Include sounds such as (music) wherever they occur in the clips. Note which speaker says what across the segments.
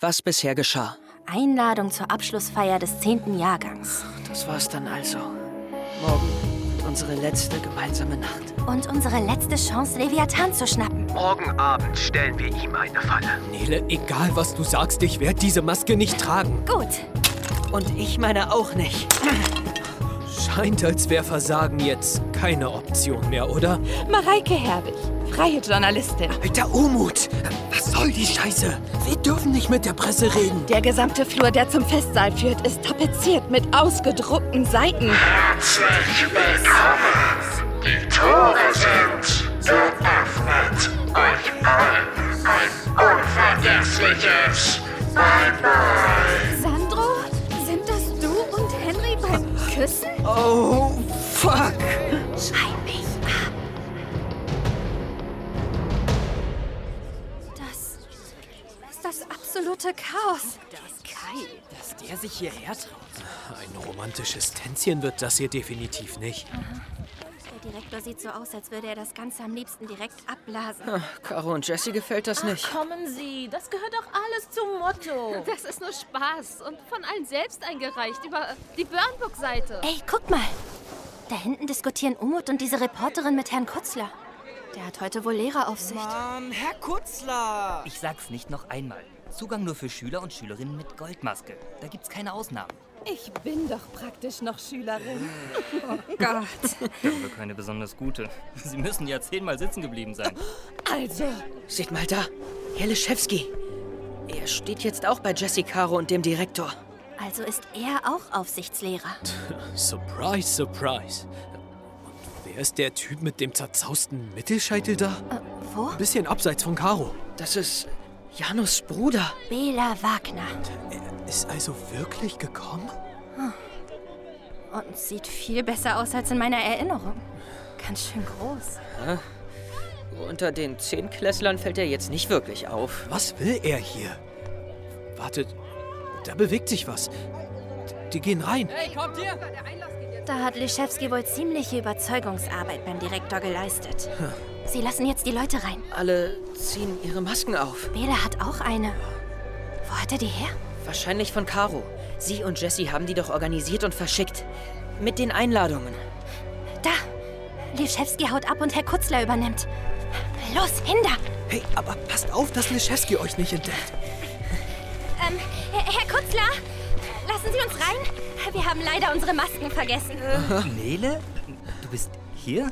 Speaker 1: was bisher geschah.
Speaker 2: Einladung zur Abschlussfeier des 10. Jahrgangs.
Speaker 1: Das war's dann also. Morgen unsere letzte gemeinsame Nacht.
Speaker 2: Und unsere letzte Chance, Leviathan zu schnappen.
Speaker 3: Morgen Abend stellen wir ihm eine Falle.
Speaker 4: Nele, egal was du sagst, ich werde diese Maske nicht tragen.
Speaker 2: Gut.
Speaker 1: Und ich meine auch nicht.
Speaker 4: Scheint, als wäre Versagen jetzt keine Option mehr, oder?
Speaker 5: Mareike Herbig, freie Journalistin.
Speaker 4: Alter Umut! Was soll die Scheiße? Wir dürfen nicht mit der Presse reden.
Speaker 5: Der gesamte Flur, der zum Festsaal führt, ist tapeziert mit ausgedruckten Seiten.
Speaker 6: Herzlich willkommen. Die Tore sind geöffnet. Euch allen ein unvergessliches Bye-bye.
Speaker 7: Sandro, sind das du und Henry beim Küssen?
Speaker 1: Oh, fuck.
Speaker 2: Schrei mich ab.
Speaker 7: Das ist das absolute Chaos.
Speaker 8: Dass der sich hierher traut.
Speaker 4: Ein romantisches Tänzchen wird das hier definitiv nicht.
Speaker 2: Der Direktor sieht so aus, als würde er das Ganze am liebsten direkt abblasen.
Speaker 1: Caro und Jesse gefällt das nicht.
Speaker 9: Kommen Sie, das gehört doch alles zum Motto.
Speaker 10: Das ist nur Spaß und von allen selbst eingereicht über äh, die Burnbook-Seite.
Speaker 2: Ey, guck mal. Da hinten diskutieren Umut und diese Reporterin mit Herrn Kutzler. Der hat heute wohl Lehreraufsicht.
Speaker 8: Mann, Herr Kutzler!
Speaker 11: Ich sag's nicht noch einmal. Zugang nur für Schüler und Schülerinnen mit Goldmaske. Da gibt's keine Ausnahmen.
Speaker 5: Ich bin doch praktisch noch
Speaker 11: (laughs)
Speaker 5: Schülerin.
Speaker 11: Dann Oh wir keine besonders gute. Sie müssen ja zehnmal sitzen geblieben sein.
Speaker 5: Also,
Speaker 1: Seht mal da, Herr Leschewski. Er steht jetzt auch bei Jesse, Caro und dem Direktor.
Speaker 2: Also ist er auch Aufsichtslehrer.
Speaker 4: Surprise, surprise. Und wer ist der Typ mit dem zerzausten Mittelscheitel da?
Speaker 2: Wo?
Speaker 4: Bisschen abseits von Caro.
Speaker 1: Das ist Janus Bruder.
Speaker 2: Bela Wagner.
Speaker 4: Er ist also wirklich gekommen?
Speaker 2: Und sieht viel besser aus als in meiner Erinnerung. Ganz schön groß.
Speaker 1: Unter den Zehntklässlern fällt er jetzt nicht wirklich auf.
Speaker 4: Was will er hier? Wartet, da bewegt sich was. D- Die gehen rein.
Speaker 2: Da hat Lischewski wohl ziemliche Überzeugungsarbeit beim Direktor geleistet. Sie lassen jetzt die Leute rein.
Speaker 1: Alle ziehen ihre Masken auf.
Speaker 2: Bela hat auch eine. Wo hat er die her?
Speaker 1: Wahrscheinlich von Caro. Sie und Jesse haben die doch organisiert und verschickt. Mit den Einladungen.
Speaker 2: Da! Lischewski haut ab und Herr Kutzler übernimmt. Los, hinder!
Speaker 4: Hey, aber passt auf, dass Leschewski euch nicht entdeckt.
Speaker 2: Ähm, Herr, Herr Kutzler, lassen Sie uns rein. Wir haben leider unsere Masken vergessen.
Speaker 11: Nele? Du bist hier?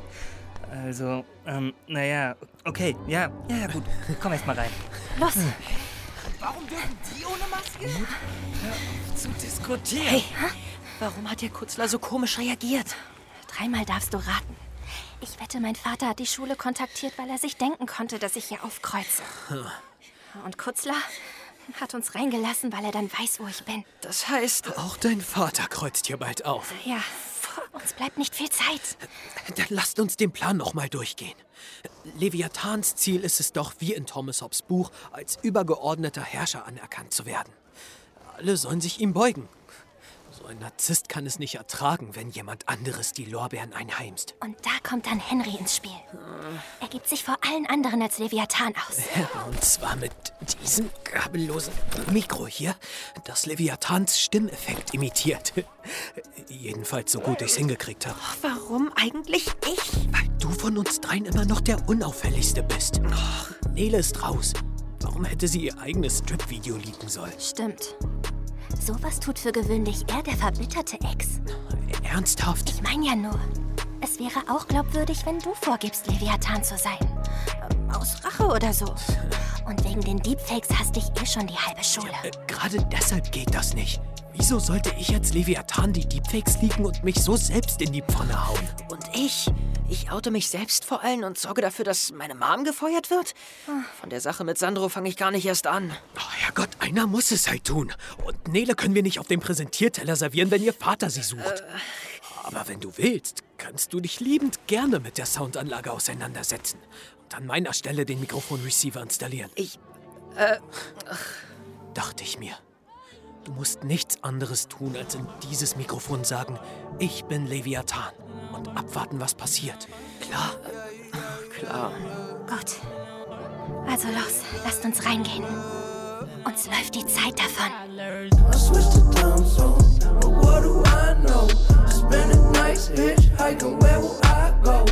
Speaker 11: Also, ähm, naja, okay, ja, ja, ja, gut. Komm erst mal rein.
Speaker 2: Los,
Speaker 8: Warum dürfen die ohne Maske?
Speaker 11: Zu diskutieren.
Speaker 1: Warum hat der Kutzler so komisch reagiert?
Speaker 2: dreimal darfst du raten. Ich wette, mein Vater hat die Schule kontaktiert, weil er sich denken konnte, dass ich hier aufkreuze. Und Kutzler hat uns reingelassen, weil er dann weiß, wo ich bin.
Speaker 1: Das heißt,
Speaker 4: Auch dein Vater kreuzt hier bald auf.
Speaker 2: Ja, uns bleibt nicht viel Zeit.
Speaker 4: Dann lasst uns den Plan nochmal durchgehen. Leviathans Ziel ist es doch, wie in Thomas Hobbes Buch, als übergeordneter Herrscher anerkannt zu werden. Alle sollen sich ihm beugen. So ein Narzisst kann es nicht ertragen, wenn jemand anderes die Lorbeeren einheimst.
Speaker 2: Und da kommt dann Henry ins Spiel. Er gibt sich vor allen anderen als Leviathan aus.
Speaker 4: Und zwar mit diesem kabellosen Mikro hier, das Leviathans Stimmeffekt imitiert. (laughs) Jedenfalls so gut ich es hingekriegt habe.
Speaker 1: warum eigentlich ich?
Speaker 4: Weil du von uns dreien immer noch der Unauffälligste bist. Ach, Nele ist raus. Warum hätte sie ihr eigenes Strip-Video leaken sollen?
Speaker 2: Stimmt. Sowas tut für gewöhnlich er, der verbitterte Ex.
Speaker 4: Ernsthaft?
Speaker 2: Ich mein ja nur, es wäre auch glaubwürdig, wenn du vorgibst, Leviathan zu sein. Ähm, Aus Rache oder so. Und wegen den Deepfakes hasst dich eh schon die halbe Schule.
Speaker 4: Äh, Gerade deshalb geht das nicht. Wieso sollte ich als Leviathan die Deepfakes leaken und mich so selbst in die Pfanne hauen?
Speaker 1: Und ich? Ich oute mich selbst vor allen und sorge dafür, dass meine Mom gefeuert wird?
Speaker 12: Ah.
Speaker 1: Von der Sache mit Sandro fange ich gar nicht erst an.
Speaker 4: Oh, Herrgott, einer muss es halt tun. Und Nele können wir nicht auf dem Präsentierteller servieren, wenn ihr Vater sie sucht. Aber wenn du willst, kannst du dich liebend gerne mit der Soundanlage auseinandersetzen und an meiner Stelle den Mikrofonreceiver installieren.
Speaker 1: Ich-
Speaker 4: Dachte ich mir. Du musst nichts anderes tun, als in dieses Mikrofon sagen, ich bin Leviathan und abwarten, was passiert. Klar.
Speaker 1: Klar.
Speaker 2: Gut. Also los, lasst uns reingehen. Uns läuft die Zeit davon.
Speaker 13: I switch to town zone, but what do I know? Spending nights hitchhiking, where will I go?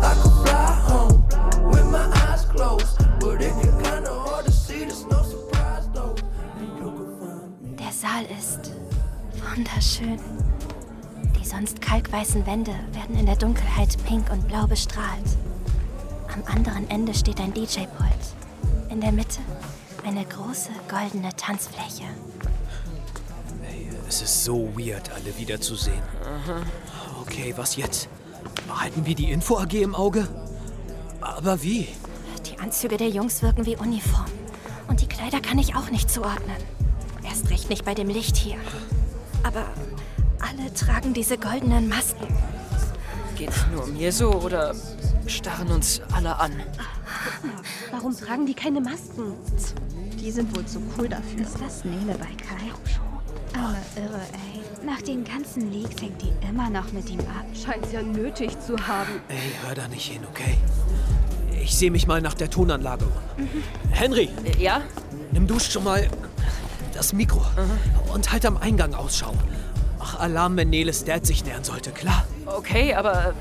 Speaker 13: I could fly home with my eyes closed, but it get kinda hard to see. There's no surprise though.
Speaker 2: Der Saal ist wunderschön. Die sonst kalkweißen Wände werden in der Dunkelheit pink und blau bestrahlt. Am anderen Ende steht ein DJ-Pult. In der Mitte eine große goldene Tanzfläche.
Speaker 4: Es ist so weird, alle wiederzusehen. Okay, was jetzt? Behalten wir die Info AG im Auge? Aber wie?
Speaker 2: Die Anzüge der Jungs wirken wie Uniform. Und die Kleider kann ich auch nicht zuordnen. Erst recht nicht bei dem Licht hier. Aber alle tragen diese goldenen Masken.
Speaker 1: Geht's nur mir so oder starren uns alle an?
Speaker 14: Warum tragen die keine Masken? Die sind wohl zu cool dafür. Ist das Nele bei Kai? Arme Irre, ey. Nach den ganzen Leaks hängt die immer noch mit ihm ab. Scheint's ja nötig zu haben.
Speaker 4: Ey, hör da nicht hin, okay? Ich sehe mich mal nach der Tonanlage um. Henry!
Speaker 1: Äh, Ja?
Speaker 4: Nimm du schon mal das Mikro und halt am Eingang Ausschau. Mach Alarm, wenn Neles Dad sich nähern sollte, klar?
Speaker 1: Okay, aber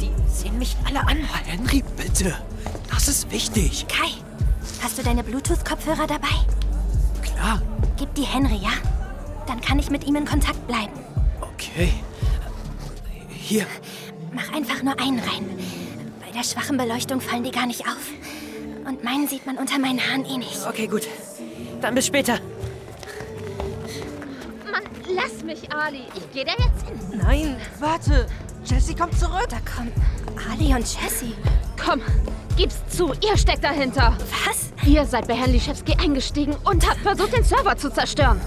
Speaker 1: die sehen mich alle an.
Speaker 4: Henry, bitte! Das ist wichtig!
Speaker 2: Kai, hast du deine Bluetooth-Kopfhörer dabei?
Speaker 4: Klar,
Speaker 2: Gib die Henry, ja? Dann kann ich mit ihm in Kontakt bleiben.
Speaker 4: okay. Hier,
Speaker 2: Mach einfach nur einen rein. Bei der schwachen Beleuchtung fallen die gar nicht auf. Und meinen sieht man unter meinen Haaren eh nicht.
Speaker 1: Okay, gut. Dann bis später.
Speaker 10: Mann, lass mich, Ali. Ich gehe da jetzt hin.
Speaker 12: Nein, warte. Jessie kommt zurück.
Speaker 2: Da kommen Ali und Jessie.
Speaker 10: Komm, gib's zu. Ihr steckt dahinter.
Speaker 2: Was?
Speaker 10: Ihr seid bei Herrn Lischewski eingestiegen und habt versucht, den Server zu zerstören.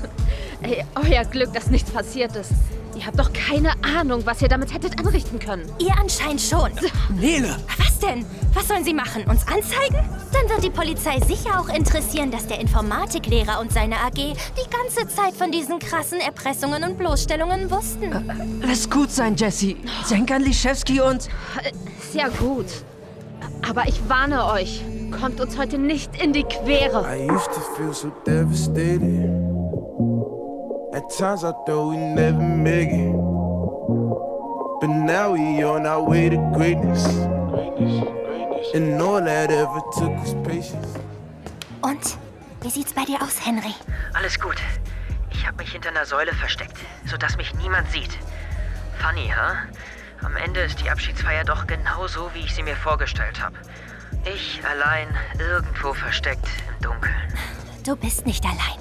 Speaker 10: (laughs) Ey, euer Glück, dass nichts passiert ist. Ihr habt doch keine Ahnung, was ihr damit hättet anrichten können.
Speaker 2: Ihr anscheinend schon.
Speaker 4: Nele!
Speaker 2: Was denn? Was sollen sie machen? Uns anzeigen? Dann wird die Polizei sicher auch interessieren, dass der Informatiklehrer und seine AG die ganze Zeit von diesen krassen Erpressungen und Bloßstellungen wussten.
Speaker 8: Lass gut sein, Jesse. Denk an Lischewski und...
Speaker 10: Sehr gut. Aber ich warne euch, kommt uns heute nicht in die Quere.
Speaker 6: I used to feel so devastated. At times I thought we'd never make it. But now we on our way to greatness. And all that ever took was patience.
Speaker 2: Und? Wie sieht's bei dir aus, Henry?
Speaker 1: Alles gut. Ich habe mich hinter einer Säule versteckt, sodass mich niemand sieht. Funny, ha? Am Ende ist die Abschiedsfeier doch genau so, wie ich sie mir vorgestellt habe. Ich allein, irgendwo versteckt im Dunkeln.
Speaker 2: Du bist nicht allein.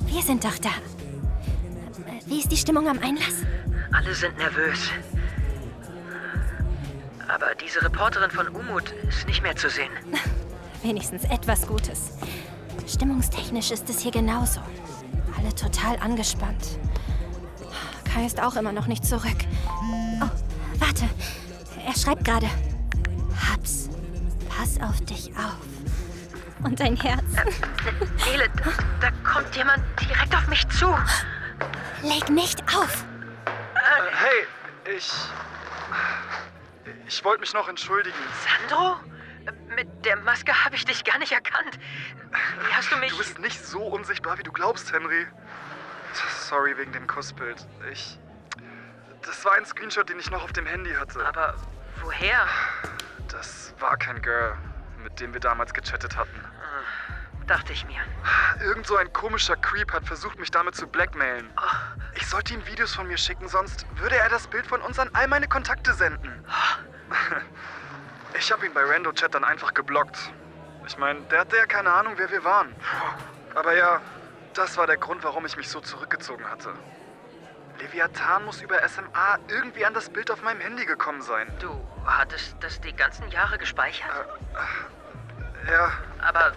Speaker 2: Wir sind doch da. Äh, Wie ist die Stimmung am Einlass?
Speaker 1: Alle sind nervös. Aber diese Reporterin von Umut ist nicht mehr zu sehen.
Speaker 2: Wenigstens etwas Gutes. Stimmungstechnisch ist es hier genauso. Alle total angespannt. Kai ist auch immer noch nicht zurück. Oh, warte. Er schreibt gerade. Hab's. Pass auf dich auf. Und dein Herz.
Speaker 1: Äh, Nele, da, da kommt jemand direkt auf mich zu.
Speaker 2: Leg nicht auf.
Speaker 15: Äh, Hey, ich. Ich wollte mich noch entschuldigen.
Speaker 1: Sandro? Mit der Maske habe ich dich gar nicht erkannt. Wie hast du mich...
Speaker 15: Du bist nicht so unsichtbar, wie du glaubst, Henry. Sorry wegen dem Kussbild. Ich. Das war ein Screenshot, den ich noch auf dem Handy hatte.
Speaker 1: Aber woher?
Speaker 15: Das war kein Girl, mit dem wir damals gechattet hatten.
Speaker 1: Dachte ich mir.
Speaker 15: Irgend so ein komischer Creep hat versucht, mich damit zu blackmailen. Ich sollte ihm Videos von mir schicken, sonst würde er das Bild von uns an all meine Kontakte senden. Ich habe ihn bei Rando Chat dann einfach geblockt. Ich meine, der hatte ja keine Ahnung, wer wir waren. Aber ja, das war der Grund, warum ich mich so zurückgezogen hatte. Leviathan muss über SMA irgendwie an das Bild auf meinem Handy gekommen sein.
Speaker 1: Du hattest das die ganzen Jahre gespeichert?
Speaker 15: Ja,
Speaker 1: Aber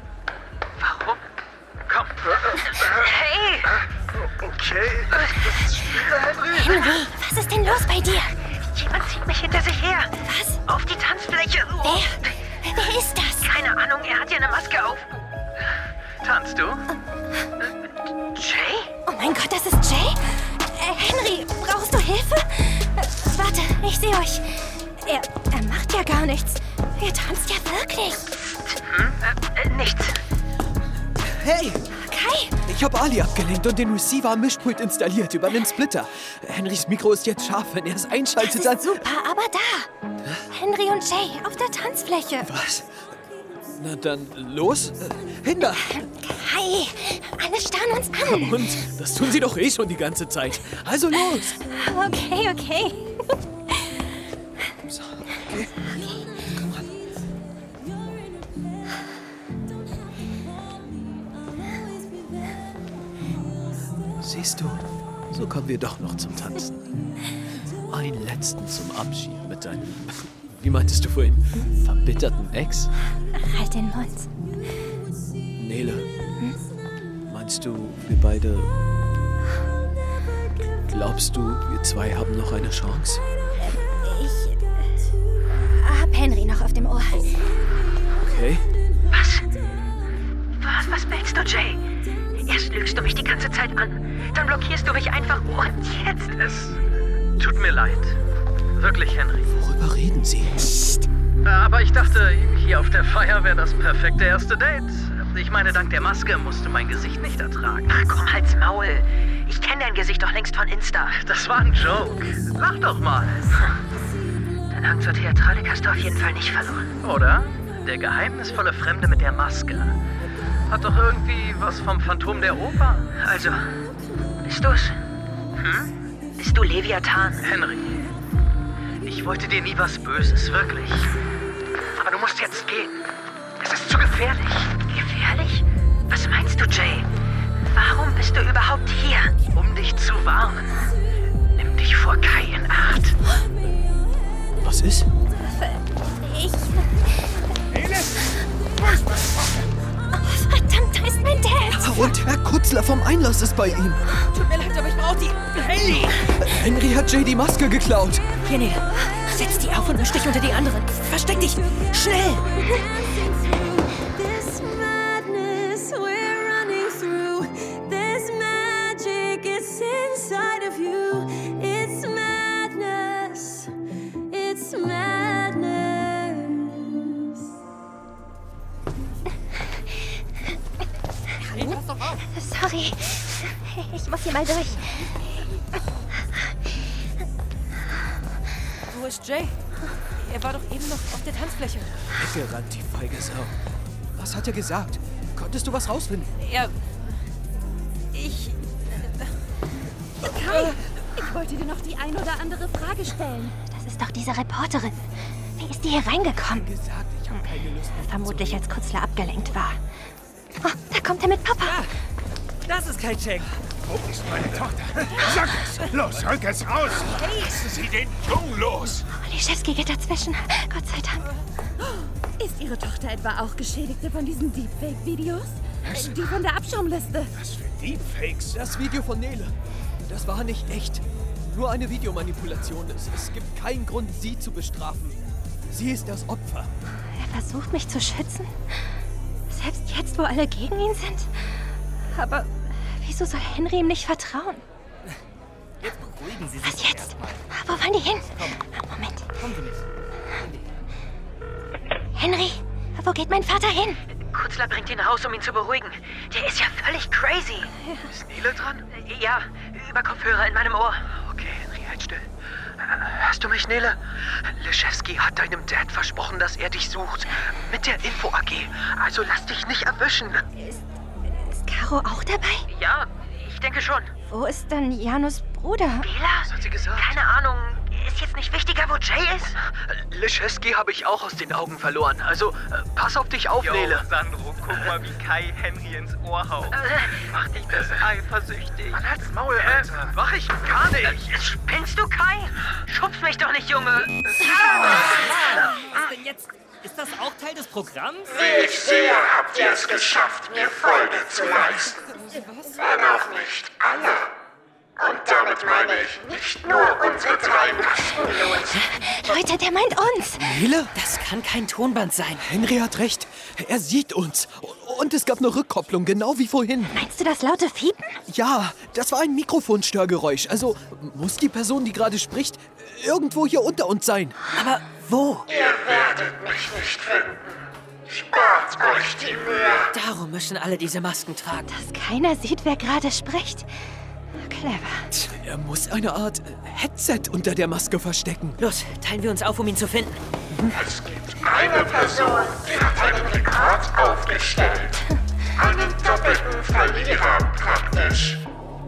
Speaker 1: warum? Komm. Hey!
Speaker 15: okay. Bis später, Henry.
Speaker 2: Henry, was ist denn los bei dir?
Speaker 1: Jemand zieht mich hinter sich her.
Speaker 2: Was?
Speaker 1: Auf die Tanzfläche. Oh,
Speaker 2: Wer? Wer ist das?
Speaker 1: Keine Ahnung, er hat ja eine Maske auf. Tanzt du? Jay?
Speaker 2: Oh mein Gott, das ist Jay? Äh, Henry, brauchst du Hilfe? Äh, warte, ich sehe euch. Er, er macht ja gar nichts. Er tanzt ja wirklich.
Speaker 1: Hm? Äh, äh, nichts.
Speaker 4: Hey!
Speaker 2: Kai!
Speaker 4: Ich habe Ali abgelenkt und den Receiver am Mischpult installiert über einen Splitter. Henrys Mikro ist jetzt scharf. Wenn er es einschaltet, dann.
Speaker 2: Super, aber da! Henry und Jay auf der Tanzfläche.
Speaker 4: Was? Na dann los. Äh, Hinder!
Speaker 2: Kai! Alle starren uns an.
Speaker 4: Und das tun sie doch eh schon die ganze Zeit. Also los!
Speaker 2: Okay, okay.
Speaker 4: Siehst du, so kommen wir doch noch zum Tanzen. Einen letzten zum Abschied mit deinem, wie meintest du vorhin, verbitterten Ex?
Speaker 2: Halt den Mund.
Speaker 4: Nele. Meinst du, wir beide. Glaubst du, wir zwei haben noch eine Chance?
Speaker 2: Ich äh, hab Henry noch auf dem Ohr.
Speaker 4: Okay?
Speaker 16: Was? Was, was willst du, Jay? Erst lügst du mich die ganze Zeit an, dann blockierst du mich einfach und jetzt ist...
Speaker 15: Tut mir leid. Wirklich, Henry.
Speaker 4: Worüber reden sie?
Speaker 15: Äh, Aber ich dachte, hier auf der Feier wäre das perfekte erste Date. Ich meine, dank der Maske musst du mein Gesicht nicht ertragen.
Speaker 16: Ach komm, halt's Maul. Ich kenne dein Gesicht doch längst von Insta.
Speaker 15: Das war ein Joke. Lach doch mal.
Speaker 16: Deine Hang zur Theatralik hast du auf jeden Fall nicht verloren.
Speaker 15: Oder? Der geheimnisvolle Fremde mit der Maske. Hat doch irgendwie was vom Phantom der Oper.
Speaker 16: Also, bist du's? Hm? Bist du Leviathan?
Speaker 15: Henry, ich wollte dir nie was Böses, wirklich. Aber du musst jetzt gehen. Es ist zu gefährlich.
Speaker 16: Gefährlich? Was meinst du, Jay? Warum bist du überhaupt hier?
Speaker 15: Um dich zu warnen, nimm dich vor Kai in Acht.
Speaker 4: Was ist?
Speaker 2: Ich. Oh, verdammt, da ist mein Dad.
Speaker 4: Und Herr Kutzler vom Einlass ist bei ihm.
Speaker 1: Tut mir leid, aber ich brauche die Handy.
Speaker 4: Henry hat Jay die Maske geklaut.
Speaker 1: Hier, Nele. Setz die auf und misch dich unter die anderen. Versteck dich. Schnell.
Speaker 17: This madness we're running through. There's magic, it's inside of you. It's madness. It's madness.
Speaker 2: Sorry. Ich muss hier mal durch.
Speaker 1: Wo ist Jay? Er war doch eben noch auf der Tanzfläche.
Speaker 4: Weggerannt, die feige Sau. Was hat er gesagt? Konntest du was rausfinden?
Speaker 1: Er. Ich.
Speaker 18: Kai, ich wollte dir noch die ein oder andere Frage stellen.
Speaker 2: Das ist doch diese Reporterin. Wie ist die hier reingekommen? Hm,
Speaker 4: Gesagt, ich habe keine Lust mehr.
Speaker 2: Vermutlich, als Kutzler abgelenkt war. Oh, da kommt er mit Papa.
Speaker 18: Ah,
Speaker 1: Das ist kein Jack.
Speaker 19: Wo Oh, ist meine Tochter? Sag es! Los, rück es raus! Lassen Sie den Jungen los!
Speaker 2: Oliszewski geht dazwischen. Gott sei Dank.
Speaker 18: Ist Ihre Tochter etwa auch Geschädigte von diesen Deepfake-Videos? Äh, Die von der Abschirmliste.
Speaker 19: Was für Deepfakes?
Speaker 4: Das Video von Nele. Das war nicht echt. Nur eine Videomanipulation. Es, es gibt keinen Grund, sie zu bestrafen. Sie ist das Opfer.
Speaker 2: Er versucht mich zu schützen. Selbst jetzt, wo alle gegen ihn sind. Aber wieso soll Henry ihm nicht vertrauen?
Speaker 11: Jetzt beruhigen Sie sich.
Speaker 2: Was
Speaker 11: doch
Speaker 2: jetzt?
Speaker 11: erstmal.
Speaker 2: Wo wollen die hin? Moment.
Speaker 11: Kommen Sie mit.
Speaker 2: Henry, wo geht mein Vater hin?
Speaker 16: Kutzler bringt ihn raus, um ihn zu beruhigen. Der ist ja völlig crazy.
Speaker 15: Ist Nele dran?
Speaker 16: Ja, über Kopfhörer in meinem Ohr.
Speaker 15: Okay, Henry, halt still. Äh, Hörst du mich, Nele? Leschewski hat deinem Dad versprochen, dass er dich sucht. Mit der Info AG. Also lass dich nicht erwischen.
Speaker 2: Ist Caro auch dabei?
Speaker 16: Ja, ich denke schon.
Speaker 2: Wo ist dann Janus Bruder?
Speaker 16: Bela?
Speaker 15: Was hat sie gesagt?
Speaker 16: Keine Ahnung. Ist jetzt nicht wichtiger, wo Jay ist?
Speaker 15: Leschewski habe ich auch aus den Augen verloren. Also, äh, pass auf dich auf, Nele.
Speaker 20: Sandro, guck mal, wie Kai Henry ins Ohr haut. Mach dich das eifersüchtig.
Speaker 15: Mann, halt's Maul, Alter. Mach ich gar nicht.
Speaker 16: Spinnst du, Kai? Schubst mich doch nicht, Junge.
Speaker 11: Was denn jetzt? Ist das auch Teil des Programms?
Speaker 21: Wie ich sehe, habt ihr es geschafft, mir Folge zu leisten. Wenn auch nicht alle. Und damit meine ich nicht nur unsere drei Maskenlosen.
Speaker 2: Leute, der meint uns.
Speaker 4: Nele?
Speaker 1: Das kann kein Tonband sein.
Speaker 4: Henry hat recht. Er sieht uns. Und es gab eine Rückkopplung, genau wie vorhin.
Speaker 2: Meinst du das laute Fiepen?
Speaker 4: Ja, das war ein Mikrofonstörgeräusch. Also muss die Person, die gerade spricht, irgendwo hier unter uns sein.
Speaker 1: Aber wo?
Speaker 21: Ihr werdet mich nicht finden.
Speaker 15: Spart euch die Mühe.
Speaker 1: Darum müssen alle diese Masken tragen.
Speaker 2: Keiner sieht, wer gerade spricht. Clever.
Speaker 4: Er muss eine Art äh, Headset unter der Maske verstecken.
Speaker 1: Los, teilen wir uns auf, um ihn zu finden.
Speaker 15: Es gibt eine Person, die hat einen Rekord aufgestellt. Einen doppelten Verlierer praktisch.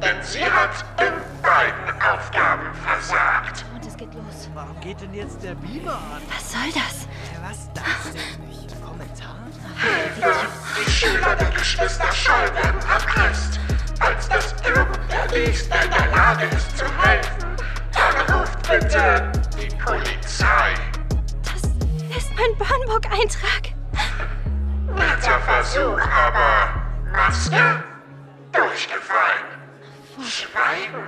Speaker 15: Denn sie hat in beiden Aufgaben versagt.
Speaker 10: Und es geht los.
Speaker 22: Warum geht denn jetzt der Beamer an?
Speaker 2: Was soll das?
Speaker 22: Was das denn nicht? Kommentar?
Speaker 15: Hilfe! Die Schüler der Geschwister Scholl werden erpresst. Als das irgendwer liest, der in der Lage ist zu helfen, dann ruft bitte die Polizei.
Speaker 2: Ist mein Bornburg-Eintrag.
Speaker 15: Netter Versuch, aber Maske? Durchgefallen. Schweigen?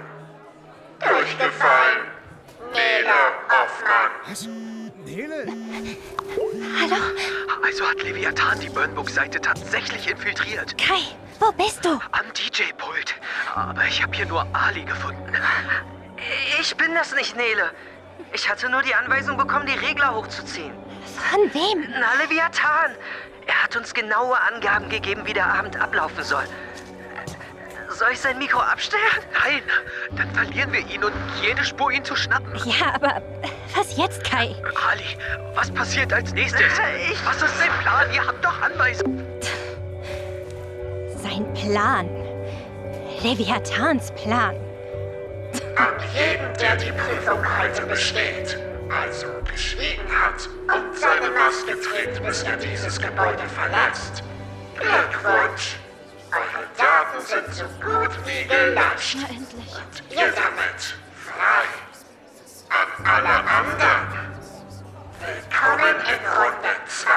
Speaker 15: Durchgefallen. Nele Hoffmann.
Speaker 23: Nele?
Speaker 2: Hallo?
Speaker 3: Also hat Leviathan die Burnbook-Seite tatsächlich infiltriert.
Speaker 2: Kai, wo bist du?
Speaker 3: Am DJ-Pult. Aber ich habe hier nur Ali gefunden.
Speaker 8: Ich bin das nicht, Nele. Ich hatte nur die Anweisung bekommen, die Regler hochzuziehen.
Speaker 2: Von wem?
Speaker 8: Na, Leviathan! Er hat uns genaue Angaben gegeben, wie der Abend ablaufen soll. Soll ich sein Mikro abstellen?
Speaker 3: Nein, dann verlieren wir ihn und jede Spur, ihn zu schnappen.
Speaker 2: Ja, aber was jetzt, Kai?
Speaker 3: Ali, was passiert als nächstes? Was ist dein Plan? Ihr habt doch Anweisungen.
Speaker 2: Sein Plan. Leviathans Plan.
Speaker 15: An jeden, der die Prüfung heute besteht, also geschwiegen hat und seine Maske trägt, bis er dieses Gebäude verlässt. Glückwunsch! Eure Daten sind so gut wie gelöscht.
Speaker 10: Na endlich.
Speaker 15: Ihr damit frei. An alle anderen. Willkommen in Runde 2.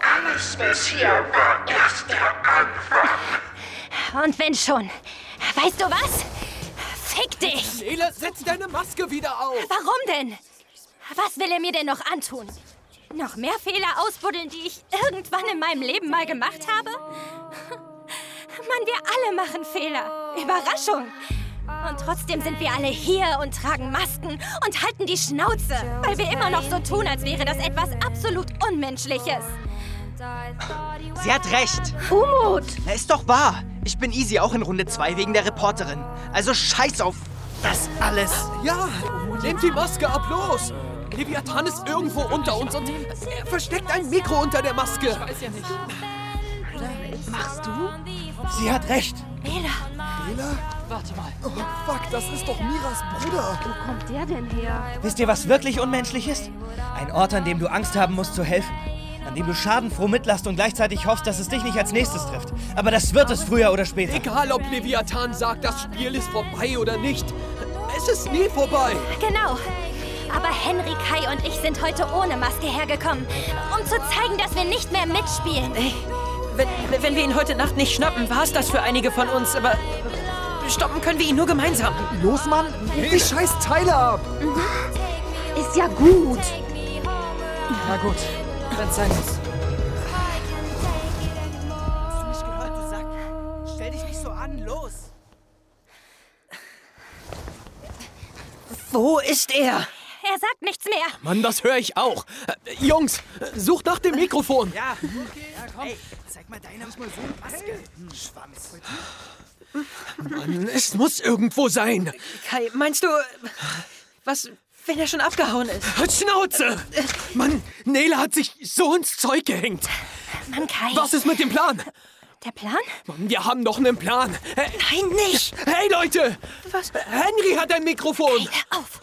Speaker 15: Alles bis hier war erst der Anfang.
Speaker 2: Und wenn schon. Weißt du was? Fick dich!
Speaker 4: Nele, setz deine Maske wieder auf!
Speaker 2: Warum denn? Was will er mir denn noch antun? Noch mehr Fehler ausbuddeln, die ich irgendwann in meinem Leben mal gemacht habe? (laughs) Mann, wir alle machen Fehler. Überraschung. Und trotzdem sind wir alle hier und tragen Masken und halten die Schnauze, weil wir immer noch so tun, als wäre das etwas absolut Unmenschliches.
Speaker 22: Sie hat recht.
Speaker 2: Umut!
Speaker 22: Na, ist doch wahr. Ich bin easy auch in Runde 2 wegen der Reporterin. Also scheiß auf das alles.
Speaker 4: Ja, nehmt die Maske ab, los! Leviathan ist irgendwo unter uns und er versteckt ein Mikro unter der Maske. Ich weiß ja nicht.
Speaker 5: Machst du?
Speaker 22: Sie hat recht.
Speaker 2: Mela,
Speaker 22: Nele?
Speaker 5: Warte mal.
Speaker 22: Oh, fuck, das ist doch Miras Bruder.
Speaker 5: Wo kommt der denn her?
Speaker 22: Wisst ihr, was wirklich unmenschlich ist? Ein Ort, an dem du Angst haben musst zu helfen. An dem du schadenfroh mitlachst und gleichzeitig hoffst, dass es dich nicht als nächstes trifft. Aber das wird es früher oder später.
Speaker 4: Egal, ob Leviathan sagt, das Spiel ist vorbei oder nicht, es ist nie vorbei.
Speaker 2: genau. Aber Henry, Kai und ich sind heute ohne Maske hergekommen, um zu zeigen, dass wir nicht mehr mitspielen.
Speaker 8: Wenn, wenn wir ihn heute Nacht nicht schnappen, war es das für einige von uns, aber stoppen können wir ihn nur gemeinsam.
Speaker 22: Los, Mann! Die scheiß Teile ab!
Speaker 5: Ist ja gut.
Speaker 22: Na gut, wenn's sein muss. Stell dich nicht so an, los!
Speaker 8: Wo ist er?
Speaker 2: Er sagt nichts mehr.
Speaker 4: Mann, das höre ich auch. Äh, Jungs, äh, sucht nach dem Mikrofon.
Speaker 22: Ja, okay. Ja, komm. zeig mal deine mal so Maske. Hm. Schwanz.
Speaker 4: Mann, es muss irgendwo sein.
Speaker 8: Kai, meinst du, was, wenn er schon abgehauen ist?
Speaker 4: Halt Schnauze! Mann, Nele hat sich so ins Zeug gehängt.
Speaker 2: Mann, Kai.
Speaker 4: Was ist mit dem Plan?
Speaker 2: Der Plan?
Speaker 4: Mann, wir haben doch einen Plan. Äh,
Speaker 8: Nein, nicht!
Speaker 4: Hey, Leute!
Speaker 8: Was?
Speaker 4: Henry hat ein Mikrofon.
Speaker 2: Hör auf.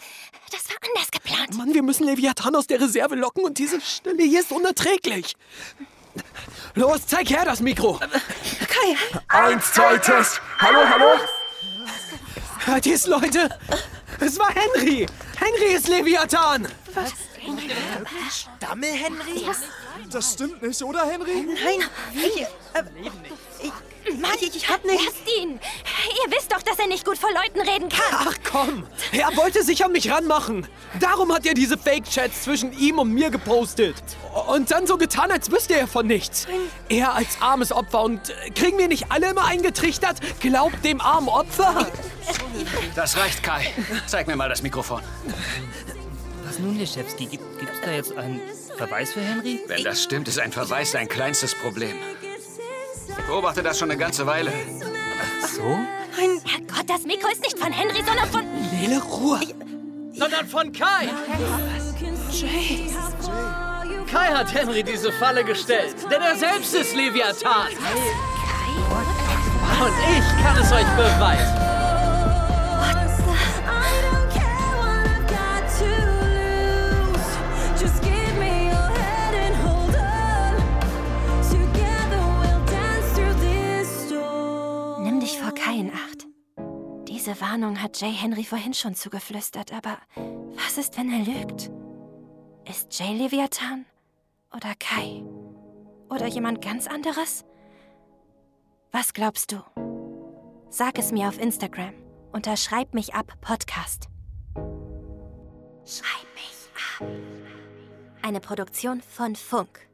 Speaker 2: Das war anders geplant.
Speaker 4: Mann, wir müssen Leviathan aus der Reserve locken und diese Stille hier ist unerträglich. Los, zeig her das Mikro.
Speaker 8: Kai,
Speaker 15: Eins, zwei, Test. Hallo, hallo?
Speaker 4: Hört ihr's, Leute? Es war Henry. Henry ist Leviathan.
Speaker 22: Stammel, Henry?
Speaker 24: Das stimmt nicht, oder, Henry?
Speaker 8: nein, ich, äh, ich, Mann, ich, ich hab nicht.
Speaker 2: Lasst ihn. Ihr wisst doch, dass er nicht gut vor Leuten reden kann.
Speaker 4: Ach komm, er wollte sich an mich ranmachen. Darum hat er diese Fake-Chats zwischen ihm und mir gepostet. Und dann so getan, als wüsste er von nichts. Er als armes Opfer und äh, kriegen wir nicht alle immer eingetrichtert? Glaubt dem armen Opfer?
Speaker 25: Das reicht, Kai. Zeig mir mal das Mikrofon.
Speaker 11: Was nun, Leschewski? Gibt, gibt's da jetzt einen
Speaker 26: Verweis für Henry?
Speaker 11: Wenn das stimmt, ist ein Verweis dein kleinstes Problem. Ich beobachte das schon eine ganze Weile.
Speaker 26: Ach so?
Speaker 2: Mein Herrgott, das Mikro ist nicht von Henry, sondern von...
Speaker 27: Nele, Ruhe!
Speaker 4: Sondern von Kai!
Speaker 28: Jay.
Speaker 4: Kai hat Henry diese Falle gestellt, denn er selbst ist Leviathan. Und ich kann es euch beweisen.
Speaker 2: Nimm dich vor Kai in Acht. Diese Warnung hat Jay Henry vorhin schon zugeflüstert, aber was ist, wenn er lügt? Ist Jay Leviathan? Oder Kai? Oder jemand ganz anderes? Was glaubst du? Sag es mir auf Instagram unter Schreib mich ab Podcast. Schreib mich ab. Eine Produktion von Funk.